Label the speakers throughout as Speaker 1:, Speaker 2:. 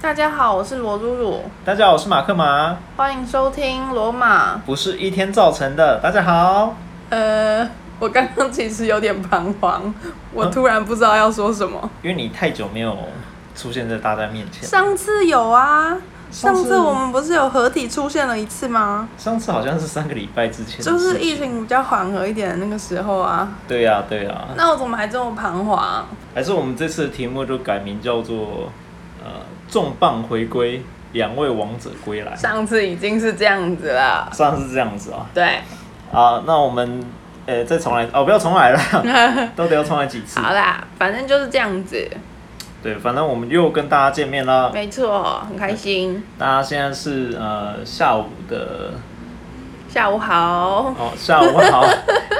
Speaker 1: 大家好，我是罗露露，
Speaker 2: 大家好，我是马克马，
Speaker 1: 欢迎收听罗马。
Speaker 2: 不是一天造成的。大家好，
Speaker 1: 呃，我刚刚其实有点彷徨，我突然不知道要说什么。
Speaker 2: 因为你太久没有出现在大家面前，
Speaker 1: 上次有啊，上
Speaker 2: 上次
Speaker 1: 次我们不是有合体出现了一次吗？
Speaker 2: 上次好像是三个礼拜之前的事情，
Speaker 1: 就是疫情比较缓和一点的那个时候啊。
Speaker 2: 对呀、对呀、
Speaker 1: 那我怎么还这么彷徨？
Speaker 2: 还是我们这次的题目就改名叫做呃重磅回归，两位王者归来。
Speaker 1: 上次已经是这样子了，
Speaker 2: 上次是这样子啊，
Speaker 1: 对，
Speaker 2: 啊，那我们呃再重来哦，不要重来了， 到底要重来几次？
Speaker 1: 好啦，反正就是这样子，
Speaker 2: 对，反正我们又跟大家见面啦。
Speaker 1: 没错，很开心。
Speaker 2: 大家现在是呃下午的
Speaker 1: 下午好，
Speaker 2: 哦，下午好，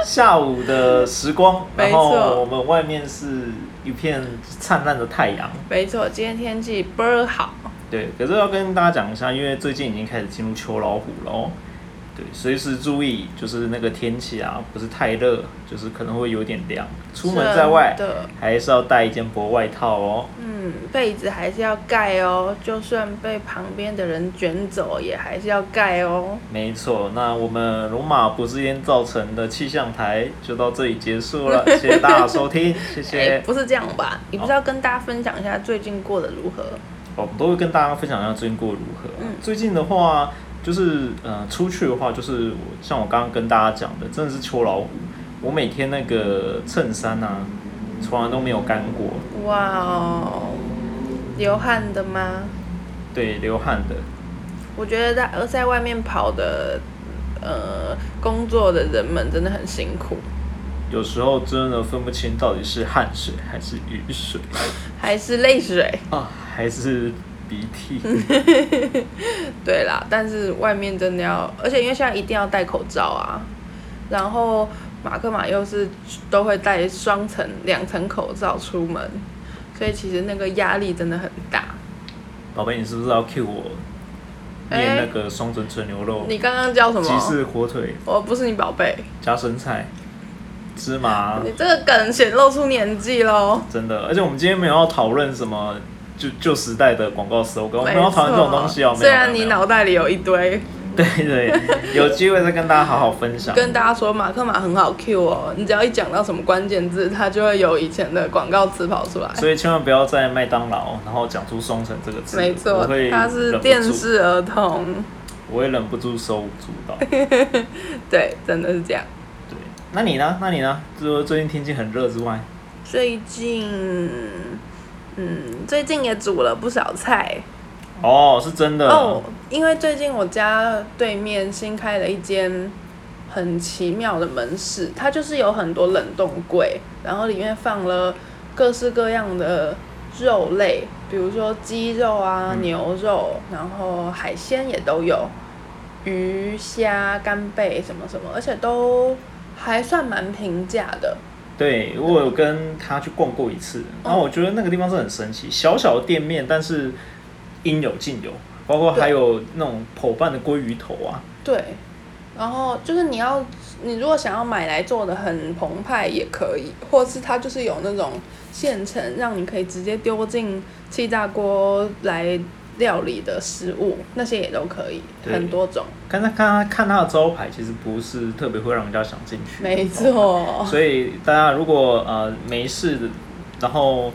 Speaker 2: 下午的时光，
Speaker 1: 没
Speaker 2: 然
Speaker 1: 错
Speaker 2: 后我们外面是一片灿烂的太阳。
Speaker 1: 没错，今天天气倍儿好，
Speaker 2: 对，可是要跟大家讲一下，因为最近已经开始进入秋老虎了哦。对，随时注意，就是那个天气啊，不是太热，就是可能会有点凉。出门在外
Speaker 1: 真的。
Speaker 2: 还是要带一件薄外套哦。
Speaker 1: 嗯，被子还是要盖哦，就算被旁边的人卷走，也还是要盖哦。
Speaker 2: 没错，那我们罗马不是烟造成的气象台就到这里结束了，谢谢大家收听，谢
Speaker 1: 哎、
Speaker 2: 谢。
Speaker 1: 不是这样吧？你不是要跟大家分享一下最近过得如何？
Speaker 2: 我哦们都会跟大家分享一下最近过得如何啊、
Speaker 1: 嗯
Speaker 2: 最近的话，就是呃，出去的话，就是我像我刚刚跟大家讲的，真的是秋老虎。我每天那个衬衫啊，从来都没有干过，
Speaker 1: 哇哦，流汗的吗？
Speaker 2: 对，流汗的。
Speaker 1: 我觉得在呃在外面跑的，呃，工作的人们真的很辛苦，
Speaker 2: 有时候真的分不清到底是汗水还是雨水
Speaker 1: 还是泪水。
Speaker 2: 啊，还是鼻涕。
Speaker 1: 嗯对啦，但是外面真的要，而且因为现在一定要戴口罩啊，然后马克马又是都会戴双层、两层口罩出门，所以其实那个压力真的很大。
Speaker 2: 宝贝，你是不是要 cue 我
Speaker 1: 哎
Speaker 2: 念那个双层纯牛肉、
Speaker 1: 你刚刚叫什
Speaker 2: 吉
Speaker 1: 么？
Speaker 2: 士火腿
Speaker 1: 我不是你宝贝，
Speaker 2: 加生菜、芝麻
Speaker 1: 你这个梗显露出年纪喽。
Speaker 2: 真的，而且我们今天没有要讨论什么旧旧时代的广告 slogan，我
Speaker 1: 没
Speaker 2: 们
Speaker 1: 错，
Speaker 2: 没有讨论这种东西哦。没有
Speaker 1: 虽然你
Speaker 2: 没有没有
Speaker 1: 脑袋里有一堆，
Speaker 2: 对 对，有机会再跟大家好好分享。
Speaker 1: 跟大家说马克马很好 Q 哦，你只要一讲到什么关键字，它就会有以前的广告词跑出来。
Speaker 2: 所以千万不要在麦当劳，然后讲出“松城”这个字，
Speaker 1: 没
Speaker 2: 我
Speaker 1: 错
Speaker 2: 会，
Speaker 1: 它是
Speaker 2: 忍不
Speaker 1: 电
Speaker 2: 住，
Speaker 1: 视儿童。
Speaker 2: 我会忍不住手舞足 蹈。对，
Speaker 1: 对，真的是这样。
Speaker 2: 那你呢？那你呢？除了最近天气很热之外，
Speaker 1: 最近，嗯，最近也煮了不少菜
Speaker 2: 哦，是真的
Speaker 1: 哦。因为最近我家对面新开了一间很奇妙的门市，它就是有很多冷冻柜，然后里面放了各式各样的肉类，比如说鸡肉啊、
Speaker 2: 嗯
Speaker 1: 牛肉，然后海鲜也都有，鱼虾、干贝什么什么，而且都还算蛮平价的。
Speaker 2: 对，我有跟他去逛过一
Speaker 1: 哦
Speaker 2: 次，然后我觉得那个地方是很神奇，小小的店面，但是应有尽有，包括还有那种剖半的鲑鱼头啊，
Speaker 1: 对，然后就是你要，你如果想要买来做的很澎湃也可以，或是它就是有那种现成让你可以直接丢进气炸锅来料理的食物，那些也都可以，
Speaker 2: 对
Speaker 1: 很多 种。
Speaker 2: 看他看他看他的招牌，其实不是特别会让人家想进去。
Speaker 1: 没错，
Speaker 2: 所以大家如果呃没事的，然后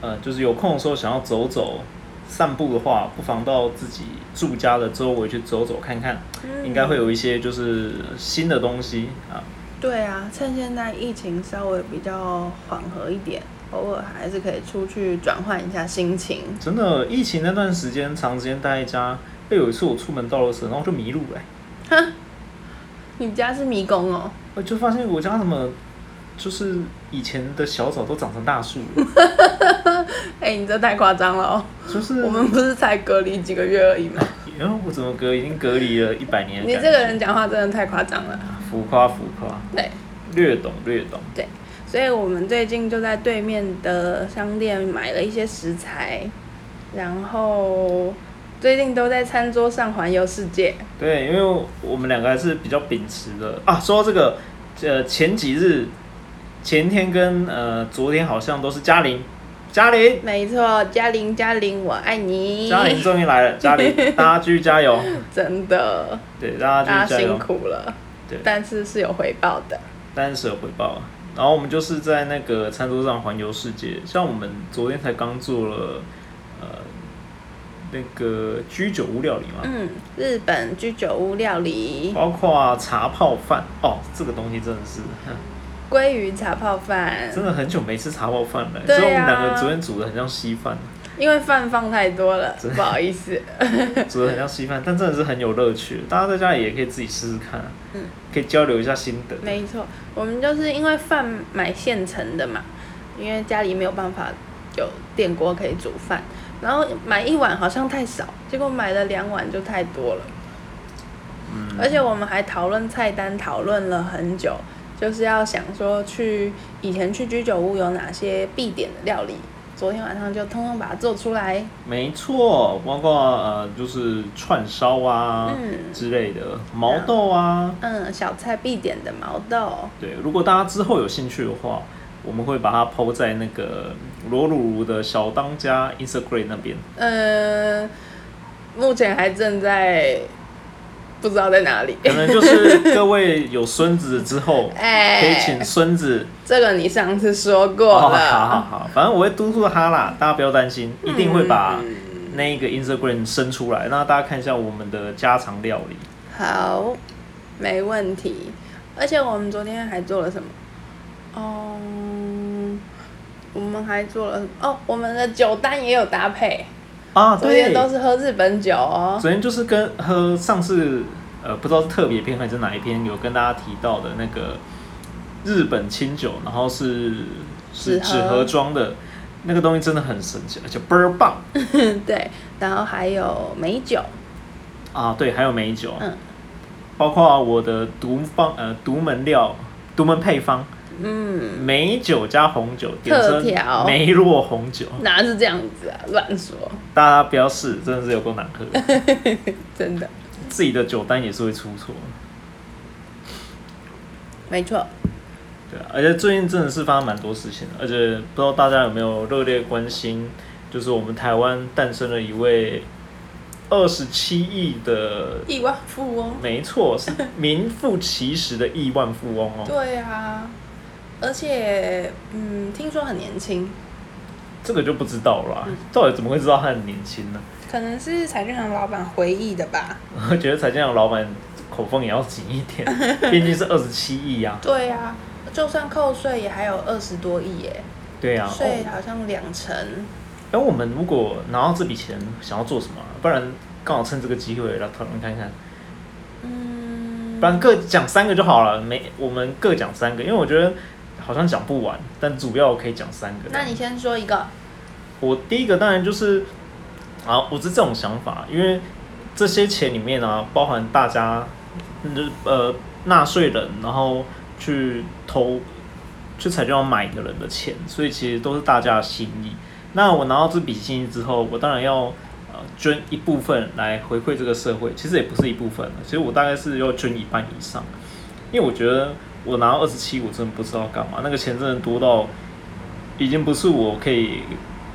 Speaker 2: 呃就是有空的时候想要走走、散步的话，不妨到自己住家的周围去走走看看，
Speaker 1: 嗯
Speaker 2: 应该会有一些就是新的东西啊。
Speaker 1: 对啊，趁现在疫情稍微比较缓和一点，偶尔还是可以出去转换一下心情。
Speaker 2: 真的，疫情那段时间长时间待在家，哎，有一次我出门到了时，然后就迷路了、欸
Speaker 1: 你家是迷宫哦，
Speaker 2: 我就发现我家怎么就是以前的小枣都长成大树 了，
Speaker 1: 哎、你这太夸张了哦！
Speaker 2: 就是
Speaker 1: 我们不是才隔离几个月而已吗？
Speaker 2: 然后我怎么隔已经隔离了一百年的
Speaker 1: 你
Speaker 2: 感
Speaker 1: 这
Speaker 2: 觉，
Speaker 1: 个人讲话真的太夸张了。
Speaker 2: 浮夸浮夸，
Speaker 1: 对，
Speaker 2: 略懂略懂。
Speaker 1: 所以我们最近就在对面的商店买了一些食材，然后最近都在餐桌上环游世界。
Speaker 2: 对，因为我们两个还是比较秉持的啊。说到这个，呃，前几日、前天跟呃昨天好像都是嘉玲嘉玲，
Speaker 1: 没错，嘉玲，嘉玲，我爱你。
Speaker 2: 嘉玲终于来了，嘉玲，大家继续加油，
Speaker 1: 真的，
Speaker 2: 对，大
Speaker 1: 大家
Speaker 2: 家继续加
Speaker 1: 辛
Speaker 2: 油，
Speaker 1: 苦了，
Speaker 2: 对，
Speaker 1: 但是是有回报的。
Speaker 2: 但是有回报啊。然后我们就是在那个餐桌上环游世界，像我们昨天才刚做了，呃，那个居酒屋料理嘛，
Speaker 1: 嗯，日本居酒屋料理，
Speaker 2: 包括茶泡饭哦，这个东西真的是，
Speaker 1: 鲑鱼茶泡饭，
Speaker 2: 真的很久没吃茶泡饭了、
Speaker 1: 对啊
Speaker 2: 所以我们两个昨天煮的很像稀 饭，
Speaker 1: 因为饭放太多了
Speaker 2: 真，的
Speaker 1: 不好意思。
Speaker 2: 煮的很像稀饭，但真的是很有乐趣。大家在家里也可以自己试试看，啊
Speaker 1: 嗯
Speaker 2: 可以交流一下心得。
Speaker 1: 没错，我们就是因为饭买现成的嘛，因为家里没有办法有电锅可以煮饭，然后买一碗好像太少，结果买了两碗就太多了。
Speaker 2: 嗯，
Speaker 1: 而且我们还讨论菜单，讨论了很久，就是要想说去以前去居酒屋有哪些必点的料理，昨天晚上就通通把它做出来。
Speaker 2: 没错，包括呃，就是串烧啊、
Speaker 1: 嗯
Speaker 2: 之类的，毛豆啊，
Speaker 1: 嗯，小菜必点的毛豆，
Speaker 2: 对。如果大家之后有兴趣的话，我们会把它抛在那个罗鲁鲁的小当家 Instagram 那边。
Speaker 1: 嗯，目前还正在不知道在哪里。，
Speaker 2: 可能就是各位有孙子之后
Speaker 1: 哎
Speaker 2: 可以请孙子。
Speaker 1: 这个你上次说过
Speaker 2: 哦，好
Speaker 1: 了，
Speaker 2: 好好，反正我会督促他啦，大家不要担心，一定会把
Speaker 1: 嗯
Speaker 2: 那个 Instagram 生出来。那大家看一下我们的家常料理，
Speaker 1: 好，没问题。而且我们昨天还做了什么？哦、我们还做了哦，我们的酒单也有搭配，
Speaker 2: 啊，
Speaker 1: 昨
Speaker 2: 对
Speaker 1: 天，哦都是喝日本酒哦。
Speaker 2: 昨天就是跟和上次呃不知道是特别篇还是哪一篇有跟大家提到的那个日本清酒，然后是
Speaker 1: 纸盒
Speaker 2: 是纸盒装的。那个东西真的很神奇，而且倍儿棒
Speaker 1: 对，然后还有美酒，
Speaker 2: 啊！对，还有美酒，
Speaker 1: 嗯
Speaker 2: 包括我的独方呃独门料、独门配方，
Speaker 1: 嗯，
Speaker 2: 美酒加红酒，点
Speaker 1: 特
Speaker 2: 称
Speaker 1: 调
Speaker 2: 梅洛红酒，
Speaker 1: 哪是这样子啊？乱说，
Speaker 2: 大家不要试，真的是有够难喝。
Speaker 1: 真的，
Speaker 2: 自己的酒单也是会出错，
Speaker 1: 没错。
Speaker 2: 对啊。而且最近真的是发生蛮多事情的，而且不知道大家有没有热烈关心，就是我们台湾诞生了一位二十七亿的，
Speaker 1: 亿万富翁，
Speaker 2: 没错，是名副其实的亿万富翁哦。
Speaker 1: 对啊，而且嗯，听说很年轻，
Speaker 2: 这个就不知道了啊、到底怎么会知道他很年轻呢？
Speaker 1: 可能是财券行老板回忆的吧。
Speaker 2: 我觉得财经行老板口风也要紧一点，毕竟是二十七亿啊呀。
Speaker 1: 对呀、就算扣税也还有二十多亿耶，
Speaker 2: 对呀、哦
Speaker 1: 税好像两成。
Speaker 2: 哎、我们如果拿到这笔钱，想要做什么啊、不然刚好趁这个机会来讨论看看。
Speaker 1: 嗯
Speaker 2: 不，然各讲三个就好了，每我们各讲三个，因为我觉得好像讲不完，但主要可以讲三个。
Speaker 1: 那你先说一个。
Speaker 2: 我第一个当然就是啊，我是这种想法，因为这些钱里面呢、啊包含大家嗯就是呃纳税人，然后去投去彩券行买的人的钱，所以其实都是大家的心意。那我拿到这笔心意之后，我当然要呃捐一部分来回馈这个社会，其实也不是一部分了，其实我大概是要捐一半以上，因为我觉得我拿到二十七，我真的不知道干嘛，那个钱真的多到已经不是我可以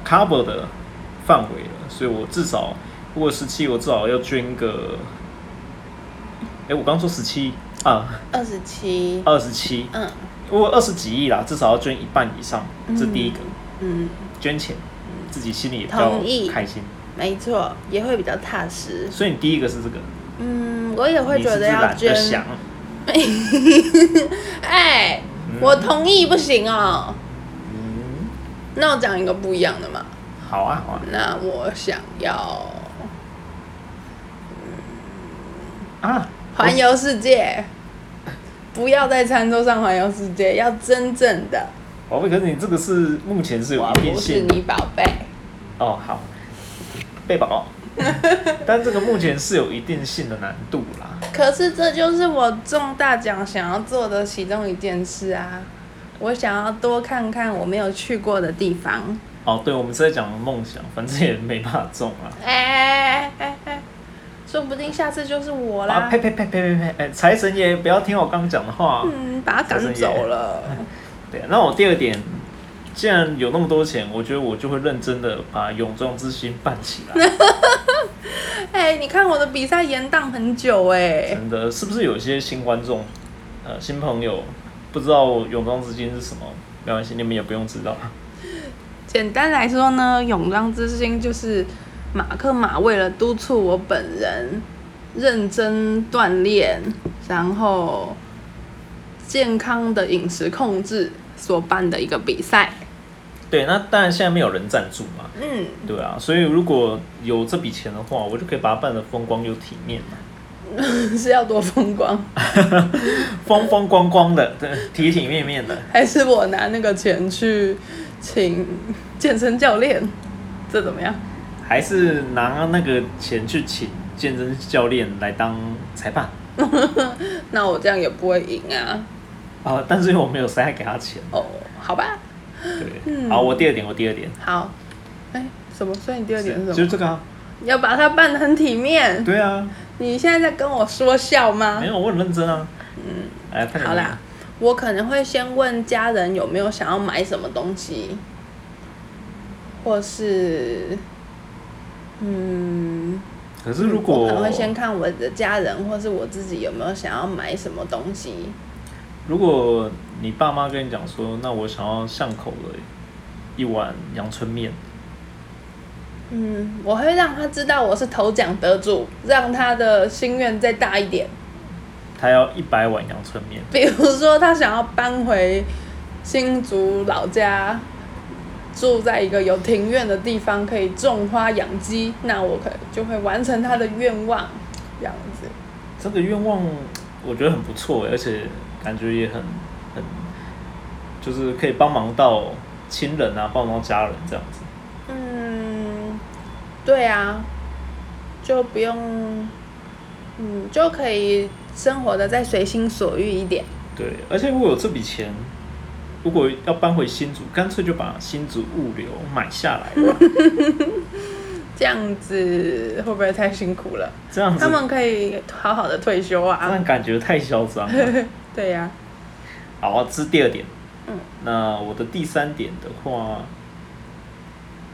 Speaker 2: cover 的范围了，所以我至少如果十七，我至少要捐个，哎、我刚说十七啊，
Speaker 1: 二十七。
Speaker 2: 二十七，
Speaker 1: 嗯
Speaker 2: 如果二十几亿啦，至少要捐一半以上，这第一个、
Speaker 1: 嗯，
Speaker 2: 捐钱，自己心里也比较
Speaker 1: 同意
Speaker 2: 开心。
Speaker 1: 没错，也会比较踏实。
Speaker 2: 所以你第一个是这个，
Speaker 1: 嗯，我也会
Speaker 2: 你
Speaker 1: 觉
Speaker 2: 是不
Speaker 1: 得
Speaker 2: 是
Speaker 1: 要
Speaker 2: 懒
Speaker 1: 捐
Speaker 2: 得。想，
Speaker 1: 哎、
Speaker 2: 嗯
Speaker 1: 我同意不行哦。
Speaker 2: 嗯，
Speaker 1: 那我讲一个不一样的嘛。
Speaker 2: 好啊好啊
Speaker 1: 那我想要
Speaker 2: 啊，
Speaker 1: 环游世界，不要在餐桌上环游世界，要真正的。
Speaker 2: 宝贝，可是你这个是目前是有
Speaker 1: 我
Speaker 2: 一
Speaker 1: 不
Speaker 2: 定
Speaker 1: 是
Speaker 2: 性
Speaker 1: 你宝贝。
Speaker 2: 哦，好，被保， 但这个目前是有一定性的难度啦。
Speaker 1: 可是这就是我中大奖想要做的其中一件事啊！我想要多看看我没有去过的地方。
Speaker 2: 哦，对，我们是在讲梦想，反正也没办法中啊。
Speaker 1: 哎哎哎哎，说不定下次就是我
Speaker 2: 啊
Speaker 1: 啦
Speaker 2: 呸！呸呸呸呸呸！哎，财神爷
Speaker 1: 嗯
Speaker 2: 不要听我刚讲的话。啊
Speaker 1: 嗯，把他赶走了。
Speaker 2: 对，那我第二点，既然有那么多钱，我觉得我就会认真的把泳装之星办起来。
Speaker 1: 哎、你看我的比赛延宕很久哎、
Speaker 2: 真的，是不是有些新观众，呃，新朋友不知道泳装之星是什么？没关系，你们也不用知道。啊
Speaker 1: 简单来说呢，泳装之星就是马克马为了督促我本人认真锻炼，然后健康的饮食控制所办的一个比赛。
Speaker 2: 对，那当然现在没有人赞助嘛，
Speaker 1: 嗯，
Speaker 2: 对啊，所以如果有这笔钱的话，我就可以把它办得风光又体面嘛，
Speaker 1: 是要多风光，
Speaker 2: 风风光光的，对，体体面面的。
Speaker 1: 还是我拿那个钱去请健身教练？这怎么样？
Speaker 2: 还是拿那个钱去请健身教练来当裁判
Speaker 1: 那我这样也不会赢啊。
Speaker 2: 啊、但是因为我没有塞给他钱，
Speaker 1: 哦，好吧，
Speaker 2: 对，
Speaker 1: 嗯
Speaker 2: 好，我第二点，我第二点，
Speaker 1: 好。哎，什么？所以你第二点是什
Speaker 2: 就
Speaker 1: 么？
Speaker 2: 是这个啊，
Speaker 1: 要把它办得很体面。
Speaker 2: 对啊，
Speaker 1: 你现在在跟我说笑吗
Speaker 2: 没？有，我很认真啊，嗯，哎，快点
Speaker 1: 好啦，我可能会先问家人有没有想要买什么东西，或是，嗯，
Speaker 2: 可是如果
Speaker 1: 我可能会先看我的家人或是我自己有没有想要买什么东西。
Speaker 2: 如果你爸妈跟你讲说，那我想要巷口的一碗阳春面，
Speaker 1: 嗯，我会让他知道我是头奖得主，让他的心愿再大一点。
Speaker 2: 他要一百碗阳春面，
Speaker 1: 比如说，他想要搬回新竹老家，住在一个有庭院的地方，可以种花养鸡，那我可就会完成他的愿望，这样子。
Speaker 2: 这个愿望我觉得很不错，欸而且感觉也很很，就是可以帮忙到亲人啊，帮忙到家人这样子。
Speaker 1: 嗯，对啊，就不用，嗯，就可以生活的再随心所欲一点。
Speaker 2: 对，而且如果有这笔钱，如果要搬回新竹，干脆就把新竹物流买下来 吧，
Speaker 1: 这样子会不会太辛苦了？
Speaker 2: 这样子
Speaker 1: 他，们可以好好的退休
Speaker 2: 这
Speaker 1: 啊
Speaker 2: 样。感觉太嚣张了。
Speaker 1: 对呀、
Speaker 2: 好，这是第二点。
Speaker 1: 嗯，
Speaker 2: 那我的第三点的话，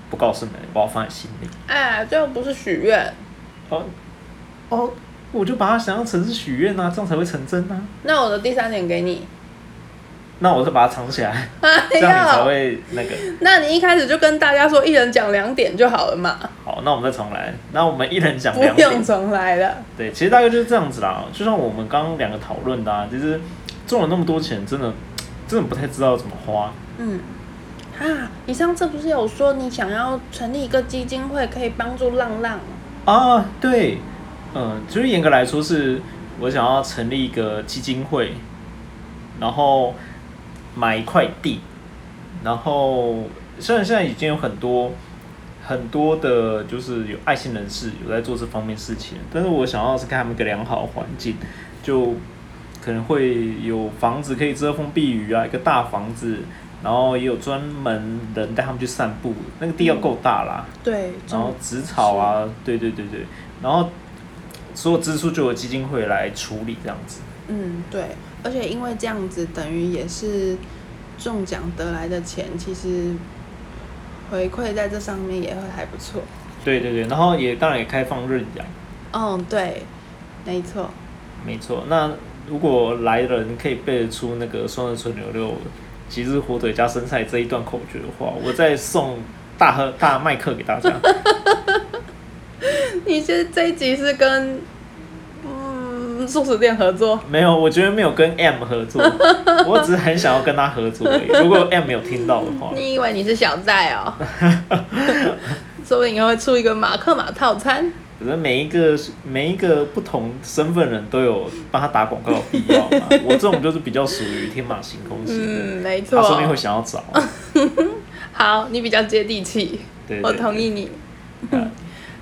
Speaker 2: 不告诉你们，把我放在心里。
Speaker 1: 哎，这又不是许愿。
Speaker 2: 哦哦，我就把它想象成是许愿啊，这样才会成真啊。
Speaker 1: 那我的第三点给你。
Speaker 2: 那我就把它藏 起来，
Speaker 1: 哎
Speaker 2: 这样你才
Speaker 1: 呀，
Speaker 2: 会那个。
Speaker 1: 那你一开始就跟大家说一人讲两点就好了嘛，
Speaker 2: 好，那我们再重来。那我们一人讲
Speaker 1: 不
Speaker 2: 两点
Speaker 1: 用。重来了。
Speaker 2: 对，其实大概就是这样子啦。就像我们刚刚两个讨论的、啊，其实中了那么多钱，真的真的不太知道怎么花。
Speaker 1: 嗯，啊，你上次不是有说你想要成立一个基金会，可以帮助浪浪？
Speaker 2: 啊，对，嗯、就是严格来说是，我想要成立一个基金会，然后买一块地，然后虽然现在已经有很多很多的，就是有爱心人士有在做这方面事情，但是我想要是给他们一个良好的环境，就可能会有房子可以遮风避雨啊，一个大房子。然后也有专门人带他们去散步，那个地要够大啦，
Speaker 1: 对，
Speaker 2: 然后植草啊，对对对对，然后所有支出就由基金会来处理这样子。
Speaker 1: 嗯，对，而且因为这样子，等于也是中奖得来的钱，其实回馈在这上面也会还不错。
Speaker 2: 对对对，然后也当然也开放认养，
Speaker 1: 嗯，对，没错。
Speaker 2: 没错。那如果来的人可以背得出那个双人纯牛肉、极致火腿加生菜这一段口诀的话，我再送大盒大麦克给大家。
Speaker 1: 你是这一集是跟嗯素食店合作？
Speaker 2: 没有，我觉得没有跟 M 合作，我只是很想要跟他合作而已。如果 M 有听到的话，
Speaker 1: 你以为你是小寨 哦？说不定以后会出一个马克马套餐。
Speaker 2: 可是每一个每一个不同身份人都有帮他打广告的必要 嘛？我这种就是比较属于天马行空型的，
Speaker 1: 嗯，没
Speaker 2: 他
Speaker 1: 错。
Speaker 2: 说不定会想要找。啊
Speaker 1: 好，你比较接地气，
Speaker 2: 对啊
Speaker 1: 我同。意你。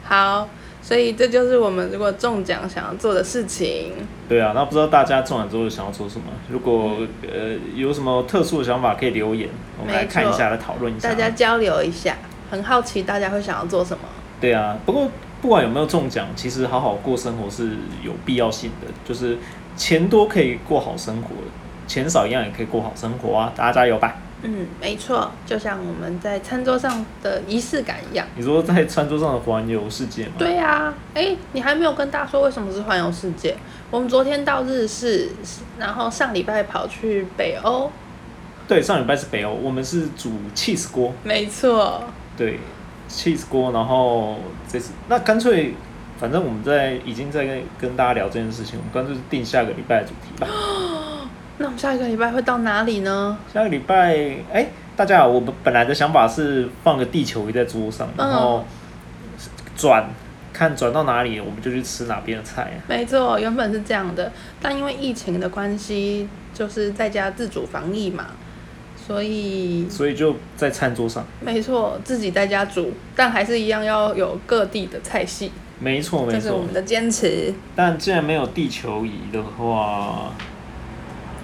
Speaker 1: 好，所以这就是我们如果中奖想要做的事情。
Speaker 2: 对对啊，那不知道大家中完之后想要做什么？如果呃有什么特殊的想法，可以留言，我们来
Speaker 1: 没错
Speaker 2: 看一下，来讨论一下。
Speaker 1: 大家交流一下，很好奇大家会想要做什么。
Speaker 2: 对啊，不过不管有没有中奖，其实好好过生活是有必要性的，就是钱多可以过好生活，钱少一样也可以过好生活啊！大家加油吧！
Speaker 1: 嗯，没错，就像我们在餐桌上的仪式感一样。
Speaker 2: 你说在餐桌上的环游世界吗？
Speaker 1: 对呀、啊，哎，你还没有跟大家说为什么是环游世界？我们昨天到日式，然后上礼拜跑去北欧，
Speaker 2: 对，上礼拜是北欧，我们是煮 cheese 锅，
Speaker 1: 没错，
Speaker 2: 对，cheese 锅，然后这次那干脆，反正我们在已经在跟跟大家聊这件事情，我们干脆定下个礼拜的主题吧。
Speaker 1: 那我们下一个礼拜会到哪里呢？
Speaker 2: 下个礼拜，哎、大家好，我们本来的想法是放个地球仪在桌上，然
Speaker 1: 嗯
Speaker 2: 后转看转到哪里，我们就去吃哪边的菜。啊
Speaker 1: 没错，原本是这样的，但因为疫情的关系，就是在家自主防疫嘛，所以
Speaker 2: 所以就在餐桌上，
Speaker 1: 没错，自己在家煮，但还是一样要有各地的菜系，
Speaker 2: 没错没
Speaker 1: 这是我
Speaker 2: 错
Speaker 1: 们。的坚持
Speaker 2: 但既然没有地球仪的话，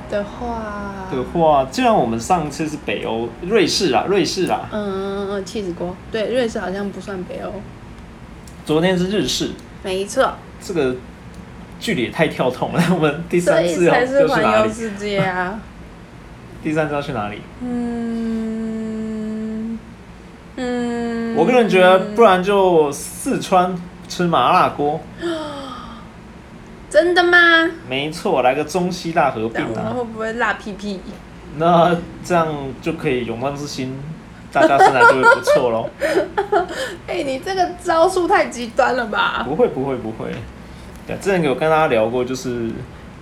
Speaker 1: 的话，
Speaker 2: 的话，既然我们上次是北欧瑞士啊，瑞士啊，
Speaker 1: 嗯，气死锅，对，瑞士好像不算北欧，
Speaker 2: 昨天是日式，
Speaker 1: 没错，
Speaker 2: 这个距离也太跳痛了。我 们第
Speaker 1: 所
Speaker 2: 三
Speaker 1: 以
Speaker 2: 次要
Speaker 1: 才
Speaker 2: 要去哪
Speaker 1: 环游
Speaker 2: 里？
Speaker 1: 世界啊。
Speaker 2: 第三次要去哪里？
Speaker 1: 嗯嗯，
Speaker 2: 我个人觉得，不然就四川吃麻辣锅，
Speaker 1: 真的吗？
Speaker 2: 没错，来个中西大合并
Speaker 1: 但我们
Speaker 2: 啊，
Speaker 1: 会不会辣屁屁？
Speaker 2: 那这样就可以永忘之心，大家身材就会不错 喽。
Speaker 1: 哎、你这个招数太极端了吧？
Speaker 2: 不会，不会，不会。对，之前有跟大家聊过，就是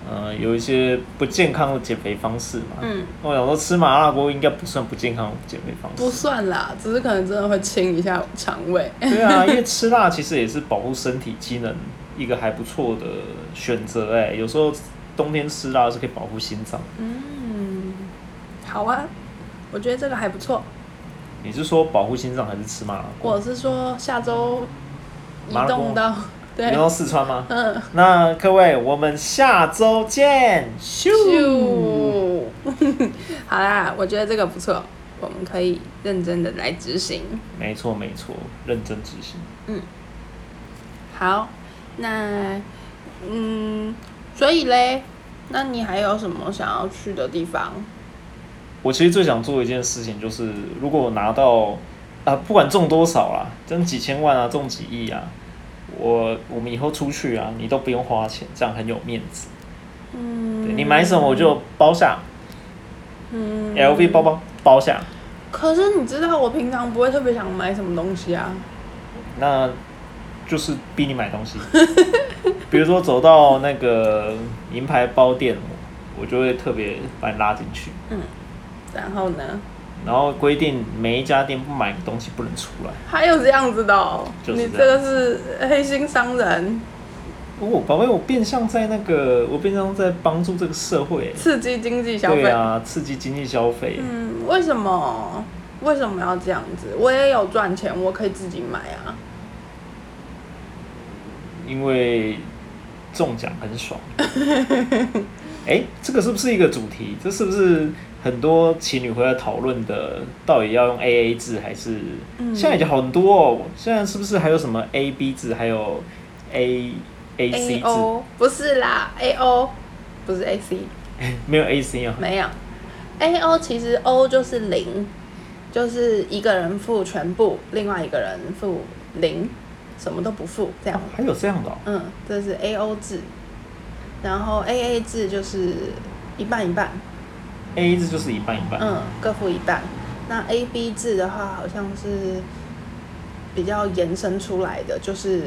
Speaker 2: 呃，有一些不健康的减肥方式嘛。
Speaker 1: 嗯，
Speaker 2: 我想说，吃麻辣锅应该不算不健康的减肥方
Speaker 1: 不
Speaker 2: 式。
Speaker 1: 算啦，只是可能真的会清一下肠胃。哎
Speaker 2: 对啊，因为吃辣其实也是保护身体机能一个还不错的选择。哎，有时候冬天吃辣是可以保护心脏。
Speaker 1: 嗯，好啊，我觉得这个还不错。
Speaker 2: 你是说保护心脏还是吃麻辣锅？
Speaker 1: 我是说下周移
Speaker 2: 麻辣锅
Speaker 1: 动到
Speaker 2: 你
Speaker 1: 对
Speaker 2: 要，到四川吗？
Speaker 1: 嗯，
Speaker 2: 那各位，我们下周见，咻！
Speaker 1: 咻， 好啦，我觉得这个不错，我们可以认真的来执行。
Speaker 2: 没错没错，认真执行。
Speaker 1: 好，那嗯，所以嘞，那你还有什么想要去的地方？
Speaker 2: 我其实最想做的一件事情就是，如果我拿到啊，不管中多少啦，中几千万啊，中几亿啊，我我们以后出去啊，你都不用花钱，这样很有面子。对
Speaker 1: 嗯，
Speaker 2: 你买什么我就包下、
Speaker 1: 嗯
Speaker 2: l v 包包包下。
Speaker 1: 可是你知道，我平常不会特别想买什么东西啊。
Speaker 2: 那就是逼你买东 西。比如说走到那个名牌包店，我就会特别把你拉进去，
Speaker 1: 然后呢，
Speaker 2: 然后规定每一家店不买的东西不能出来。
Speaker 1: 还有这样子的、哦，
Speaker 2: 就是
Speaker 1: 你
Speaker 2: 这
Speaker 1: 这个是黑心商人，
Speaker 2: 我、哦宝贝，我变相在那个，我变相在帮助这个社会、
Speaker 1: 刺激经济消
Speaker 2: 对
Speaker 1: 费。
Speaker 2: 啊，刺激经济消费。
Speaker 1: 嗯，为什么？为什么要这样子？我也有赚钱，我可以自己买啊。
Speaker 2: 因为中奖很爽。 哎、这个是不是一个主题？这是不是很多情侣会在讨论的？到底要用 A A 制还是？
Speaker 1: 嗯
Speaker 2: 现在已经好很多哦。现在是不是还有什么 A B 制，还有 A A C
Speaker 1: A
Speaker 2: 制？
Speaker 1: O 不是啦，A O 不是 A C，
Speaker 2: 没有 A C 啊。
Speaker 1: 没有。A O 其实 O 就是零，就是一个人付全部，另外一个人付零，什么都不付这样
Speaker 2: 哦。还有这样的、哦，
Speaker 1: 嗯，这是 A O 制，然后 A A 制就是一半一半，
Speaker 2: ，A A 制就是一半一半。
Speaker 1: 嗯，各付一半。那 A B 制的话，好像是比较延伸出来的，就是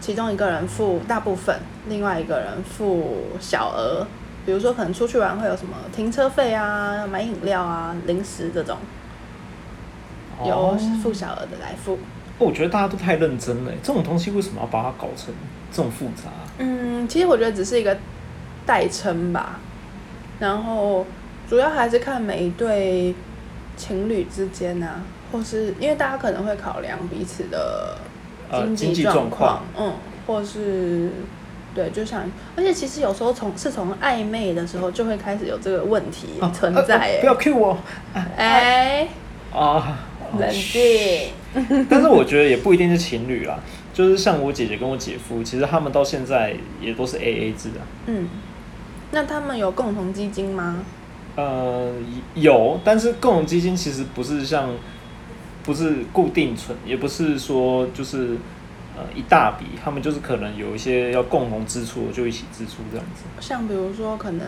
Speaker 1: 其中一个人付大部分，另外一个人付小额。比如说，可能出去玩会有什么停车费啊、买饮料啊、零食这种，
Speaker 2: 哦
Speaker 1: 由付小额的来付。
Speaker 2: 哦我觉得大家都太认真了耶，这种东西为什么要把它搞成这么复杂啊、
Speaker 1: 嗯，其实我觉得只是一个代称吧，然后主要还是看每一对情侣之间呐、啊，或是因为大家可能会考量彼此的
Speaker 2: 呃，经济
Speaker 1: 济
Speaker 2: 状
Speaker 1: 况，嗯，或是对，就像，而且其实有时候从是从暧昧的时候就会开始有这个问题
Speaker 2: 啊
Speaker 1: 存
Speaker 2: 啊
Speaker 1: 在、
Speaker 2: 啊
Speaker 1: 欸
Speaker 2: 不要 Q 我
Speaker 1: 哎、
Speaker 2: 啊！
Speaker 1: 冷静，
Speaker 2: 但是我觉得也不一定是情侣啦，就是像我姐姐跟我姐夫，其实他们到现在也都是 A A 制啊。
Speaker 1: 嗯，那他们有共同基金吗？
Speaker 2: 呃，有，但是共同基金其实不是像，不是固定存，也不是说就是呃一大笔，他们就是可能有一些要共同支出就一起支出这样子。
Speaker 1: 像比如说可能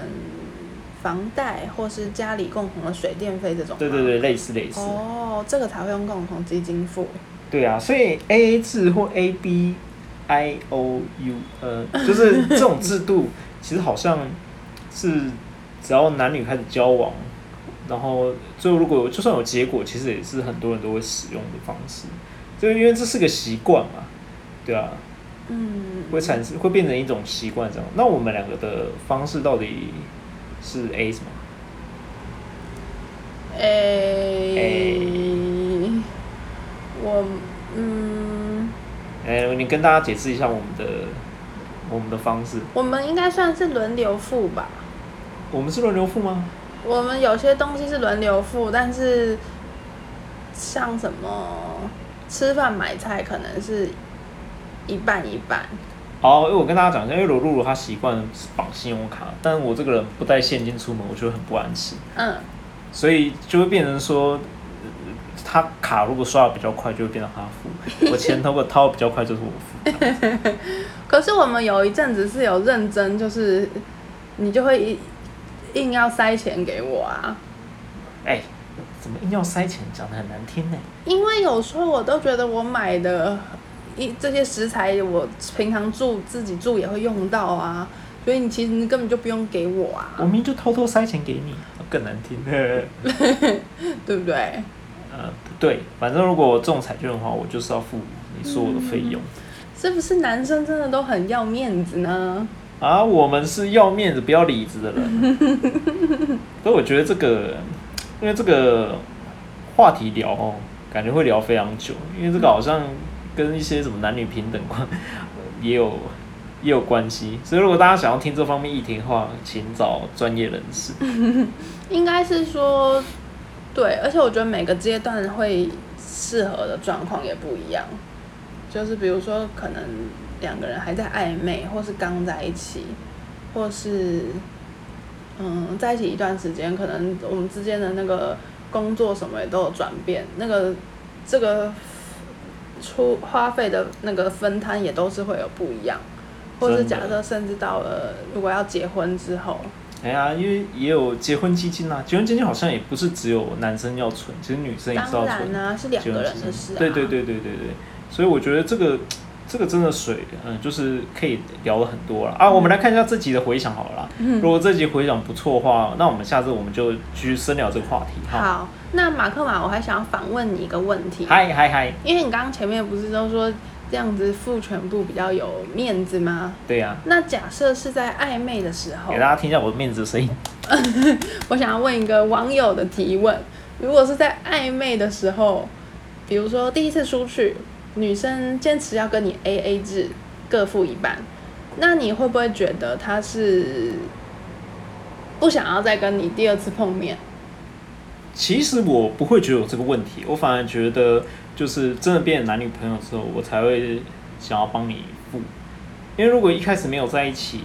Speaker 1: 房贷或是家里共同的水电费这种。
Speaker 2: 对对。对，类似类似。
Speaker 1: 哦，这个才会用共同基金付。
Speaker 2: 对啊，所以 A A 制或 A B I O U，呃，就是这种制度，其实好像是只要男女开始交往，然后最后如果有就算有结果，其实也是很多人都会使用的方式，就因为这是个习惯嘛，对啊，
Speaker 1: 嗯。
Speaker 2: 会产生会变成一种习惯这样。那我们两个的方式到底是 A 什么？
Speaker 1: 诶、我嗯，
Speaker 2: 哎、你跟大家解释一下我们的我们的方式，
Speaker 1: 我们应该算是轮流付吧。
Speaker 2: 我们是轮流付吗？
Speaker 1: 我们有些东西是轮流付，但是像什么吃饭买菜可能是一半一半。
Speaker 2: 好，因为我跟大家讲一下，因为罗露露她习惯是绑信用卡，但我这个人不带现金出门，我觉得很不安心，
Speaker 1: 嗯，
Speaker 2: 所以就会变成说，他卡如果刷的比较快，就会变成他付；我钱如果掏得比较快，就是我付。
Speaker 1: 可是我们有一阵子是有认真，就是你就会一硬要塞钱给我啊，
Speaker 2: 哎、怎么硬要塞钱，讲的很难听呢、
Speaker 1: 因为有时候我都觉得我买的一这些食材，我平常住自己住也会用到啊，所以你其实你根本就不用给我啊，
Speaker 2: 我明明就偷偷塞钱给你，更难听。
Speaker 1: 对不对？
Speaker 2: 呃，不对，反正如果我中彩券的话，我就是要付你所有的费用。
Speaker 1: 是不是男生真的都很要面子呢？
Speaker 2: 啊，我们是要面子不要里子的人，所以我觉得这个，因为这个话题聊哦，感觉会聊非常久，因为这个好像跟一些什么男女平等观也有也有关系，所以如果大家想要听这方面议题的话，请找专业人士。
Speaker 1: 应该是说，对，而且我觉得每个阶段会适合的状况也不一样，就是比如说可能两个人还在暧昧，或是刚在一起，或是嗯在一起一段时间，可能我们之间的那个工作什么也都有转变，那个这个出花费的那个分摊也都是会有不一样，或是
Speaker 2: 真的
Speaker 1: 假设甚至到了如果要结婚之后，
Speaker 2: 哎呀，因为也有结婚基金啊，结婚基金好像也不是只有男生要存，其实女生也是
Speaker 1: 当
Speaker 2: 要存
Speaker 1: 然。啦、是两个人的事啊。
Speaker 2: 对对对对对对，所以我觉得这个这个真的水，嗯，就是可以聊了很多了啊。我们来看一下这集的回响好了啦。
Speaker 1: 嗯
Speaker 2: 如果这集回响不错的话，那我们下次我们就继续深聊这个话题哈。
Speaker 1: 好，那马克马，我还想要反问你一个问题，
Speaker 2: 嗨嗨嗨，
Speaker 1: 因为你刚刚前面不是都说这样子付全部比较有面子吗？
Speaker 2: 对呀、
Speaker 1: 那假设是在暧昧的时候
Speaker 2: 给，大家听一下我面子的声音。
Speaker 1: 我想要问一个网友的提问：如果是在暧昧的时候，比如说第一次出去，女生坚持要跟你 A A 制，各付一半，那你会不会觉得她是不想要再跟你第二次碰面？
Speaker 2: 其实我不会觉得有这个问题，我反而觉得就是真的变成男女朋友之后，我才会想要帮你付。因为如果一开始没有在一起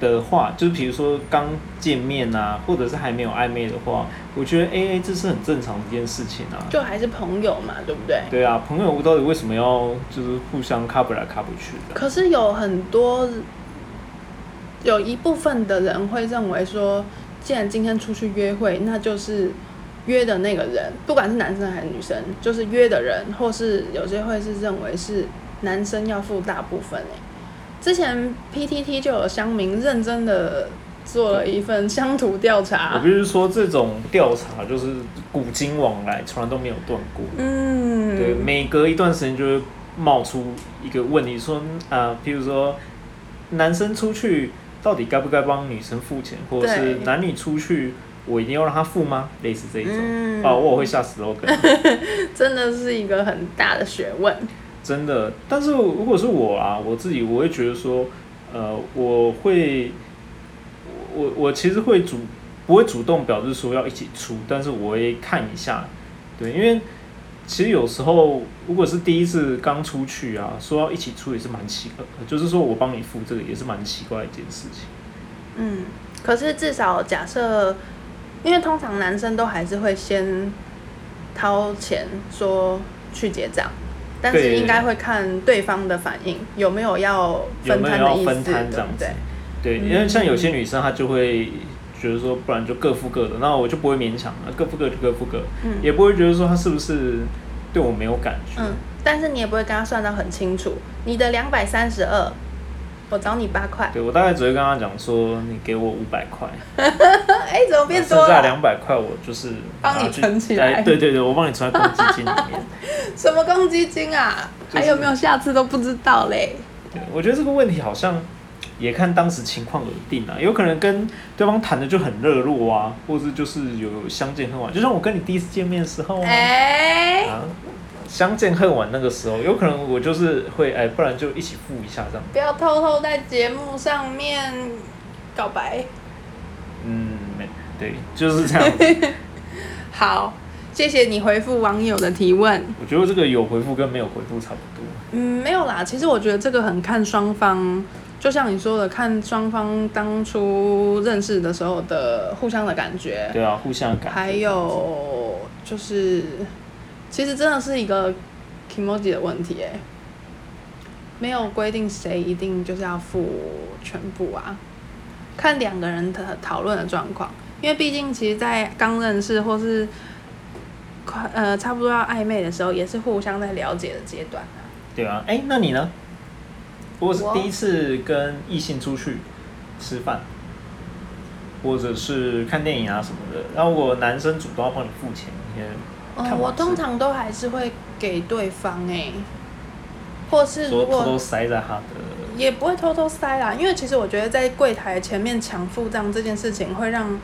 Speaker 2: 的话，就是比如说刚见面啊，或者是还没有暧昧的话，我觉得 A A 这是很正常的一件事情啊。
Speaker 1: 就还是朋友嘛，对不对？
Speaker 2: 对啊，朋友到底为什么要就是互相卡不来卡不去的？
Speaker 1: 可是有很多，有一部分的人会认为说，既然今天出去约会，那就是约的那个人，不管是男生还是女生，就是约的人，或是有些会是认为是男生要付大部分诶、之前 PTT 就有乡民认真的做了一份乡土调
Speaker 2: 我
Speaker 1: 查
Speaker 2: 必，须说，这种调查就是古今往来从来都没有断过。
Speaker 1: 嗯，
Speaker 2: 对，每隔一段时间就会冒出一个问题，说啊，譬如说男生出去到底该不该帮女生付钱，或者是
Speaker 1: 对
Speaker 2: 男女出去我一定要让他付吗？类似这一种。
Speaker 1: 嗯
Speaker 2: 啊，我也会下 slogan，
Speaker 1: 真的是一个很大的学问，
Speaker 2: 真的。但是如果是我啊，我自己我会觉得说，呃，我会，我我我其实会主不会主动表示说要一起出，但是我会看一下，对，因为其实有时候如果是第一次刚出去啊，说要一起出也是蛮奇怪，呃就是说我帮你付这个也是蛮奇怪的一件事情。
Speaker 1: 嗯，可是至少假设因为通常男生都还是会先掏钱说去结账，但是
Speaker 2: 对
Speaker 1: 应该会看对方的反应有没有要
Speaker 2: 有
Speaker 1: 分
Speaker 2: 没有
Speaker 1: 摊
Speaker 2: 要
Speaker 1: 的意
Speaker 2: 分
Speaker 1: 思，
Speaker 2: 摊这
Speaker 1: 对
Speaker 2: 样
Speaker 1: 不
Speaker 2: 子
Speaker 1: 对？？嗯
Speaker 2: 对，因为像有些女生她就会觉得说，不然就各付各的，那我就不会勉强了，各付各就各付各，
Speaker 1: 嗯
Speaker 2: 也不会觉得说她是不是对我没有感觉。
Speaker 1: 嗯，但是你也不会跟他算到很清楚，你的两百三十二，我找你八块，
Speaker 2: 对我大概只会跟她讲说，你给我五百块，
Speaker 1: 哎、怎么变
Speaker 2: 剩
Speaker 1: 多
Speaker 2: 下
Speaker 1: 了？
Speaker 2: 两百块我就是
Speaker 1: 帮你
Speaker 2: 拿去
Speaker 1: 存起来
Speaker 2: 哎对对对，我帮你存在公积金里面。
Speaker 1: 什么公积金啊？
Speaker 2: 就是
Speaker 1: 还有没有下次都不知道嘞？
Speaker 2: 对我觉得这个问题好像也看当时情况而定啊，有可能跟对方谈的就很热络啊，或是就是有相见恨晚，就像我跟你第一次见面的时候啊。
Speaker 1: 哎、
Speaker 2: 啊，相见恨晚那个时候，有可能我就是会哎，不然就一起付一下这样。
Speaker 1: 不要偷偷在节目上面告白。
Speaker 2: 嗯，没 对，就是这样子。
Speaker 1: 好，谢谢你回复网友的提问。
Speaker 2: 我觉得这个有回复跟没有回复差不多。
Speaker 1: 嗯，没有啦。其实我觉得这个很看双方，就像你说的，看双方当初认识的时候的互相的感觉，
Speaker 2: 对啊，互相感。
Speaker 1: 还有就是，其实真的是一个 emoji 的问题哎，没有规定谁一定就是要付全部啊，看两个人的讨论的状况，因为毕竟其实，在刚认识或是快呃差不多要暧昧的时候，也是互相在了解的阶段。
Speaker 2: 对啊，哎、那你呢？我是
Speaker 1: 我
Speaker 2: 第一次跟异性出去吃饭，或者是看电影啊什么的，然后我男生主动要帮你付钱，你也看
Speaker 1: 嗯，
Speaker 2: 完
Speaker 1: 我通
Speaker 2: 是
Speaker 1: 常都还是会给对方哎、或是
Speaker 2: 说
Speaker 1: 如
Speaker 2: 偷偷
Speaker 1: 果
Speaker 2: 塞在他的。
Speaker 1: 也不会偷偷塞啦，因为其实我觉得在柜台前面抢付账这件事情会让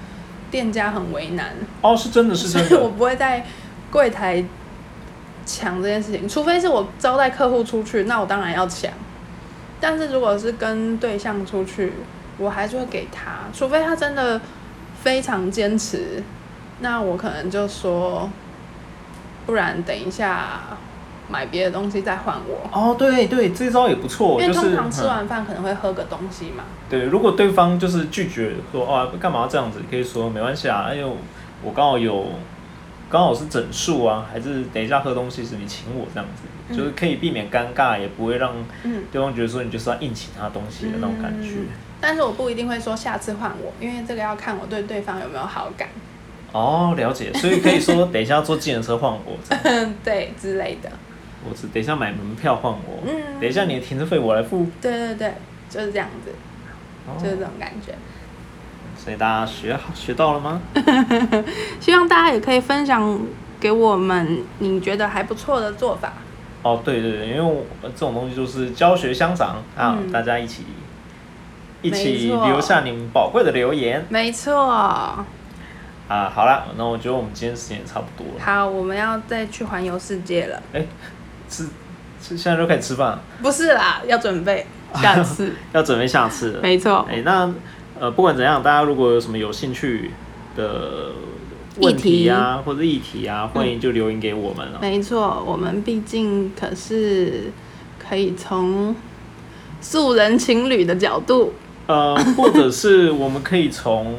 Speaker 1: 店家很为难，
Speaker 2: 哦，是真的是
Speaker 1: 所
Speaker 2: 真
Speaker 1: 以我
Speaker 2: 的，
Speaker 1: 不会在柜台抢这件事情，除非是我招待客户出去，那我当然要抢。但是如果是跟对象出去，我还是会给他，除非他真的非常坚持，那我可能就说，不然等一下买别的东西再换我。
Speaker 2: 哦，对对，这招也不错，
Speaker 1: 因
Speaker 2: 就
Speaker 1: 为
Speaker 2: 是
Speaker 1: 通常吃
Speaker 2: 嗯
Speaker 1: 完饭可能会喝个东西嘛，
Speaker 2: 对，如果对方就是拒绝说啊，干嘛要这样子，可以说没关系啊，因为我刚好有刚好是整数啊，还是等一下喝东西时你请我这样子，
Speaker 1: 嗯
Speaker 2: 就是可以避免尴尬，也不会让
Speaker 1: 嗯，
Speaker 2: 对方觉得说你就是要硬请他东西的那种感觉。
Speaker 1: 嗯但是我不一定会说下次换我，因为这个要看我对对方有没有好感。
Speaker 2: 哦，了解，所以可以说等一下坐计程车换我这样，
Speaker 1: 嗯，对之类的。
Speaker 2: 我只等一下买门票换我，
Speaker 1: 嗯
Speaker 2: 等一下你的停车费我来付。
Speaker 1: 对对对，就是这样子，就是这
Speaker 2: 哦，
Speaker 1: 种感觉。
Speaker 2: 所以大家学好学到了吗？
Speaker 1: 希望大家也可以分享给我们你觉得还不错的做法。
Speaker 2: 哦，对对对，因为我呃这种东西就是教学相长啊，
Speaker 1: 嗯
Speaker 2: 大家一起一起
Speaker 1: 没错
Speaker 2: 留下你们宝贵的留言
Speaker 1: 没错，
Speaker 2: 啊。好啦，那我觉得我们今天时间也差不多了，
Speaker 1: 好，我们要再去环游世界了。
Speaker 2: 吃吃现在就开始吃饭了，
Speaker 1: 不是啦，要准备下次。
Speaker 2: 要准备下次 了。
Speaker 1: 没错，
Speaker 2: 哎，那呃不管怎样，大家如果有什么有兴趣的问题啊，或者议题啊，欢迎就留言给我们哦。
Speaker 1: 嗯没错，我们毕竟可是可以从素人情侣的角度，
Speaker 2: 呃，或者是我们可以从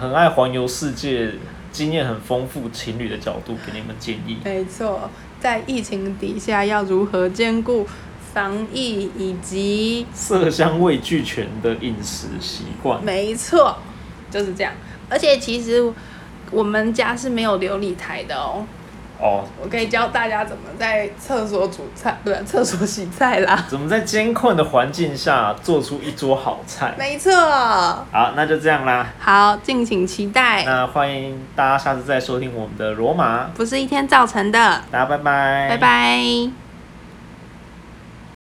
Speaker 2: 很爱环游世界、经验很丰富情侣的角度给你们建议。
Speaker 1: 没错，在疫情底下要如何兼顾防疫以及
Speaker 2: 色香味俱全的饮食习惯。
Speaker 1: 没错，就是这样。而且其实我们家是没有琉璃台的哦，
Speaker 2: 哦，
Speaker 1: 我可以教大家怎么在厕所煮菜，不是厕所洗菜啦。
Speaker 2: 怎么在艰困的环境下做出一桌好菜？
Speaker 1: 没错，
Speaker 2: 好，那就这样啦。
Speaker 1: 好，敬请期待，
Speaker 2: 那欢迎大家下次再收听我们的罗马，
Speaker 1: 不是一天造成的。哎
Speaker 2: 大家拜拜，
Speaker 1: 拜拜。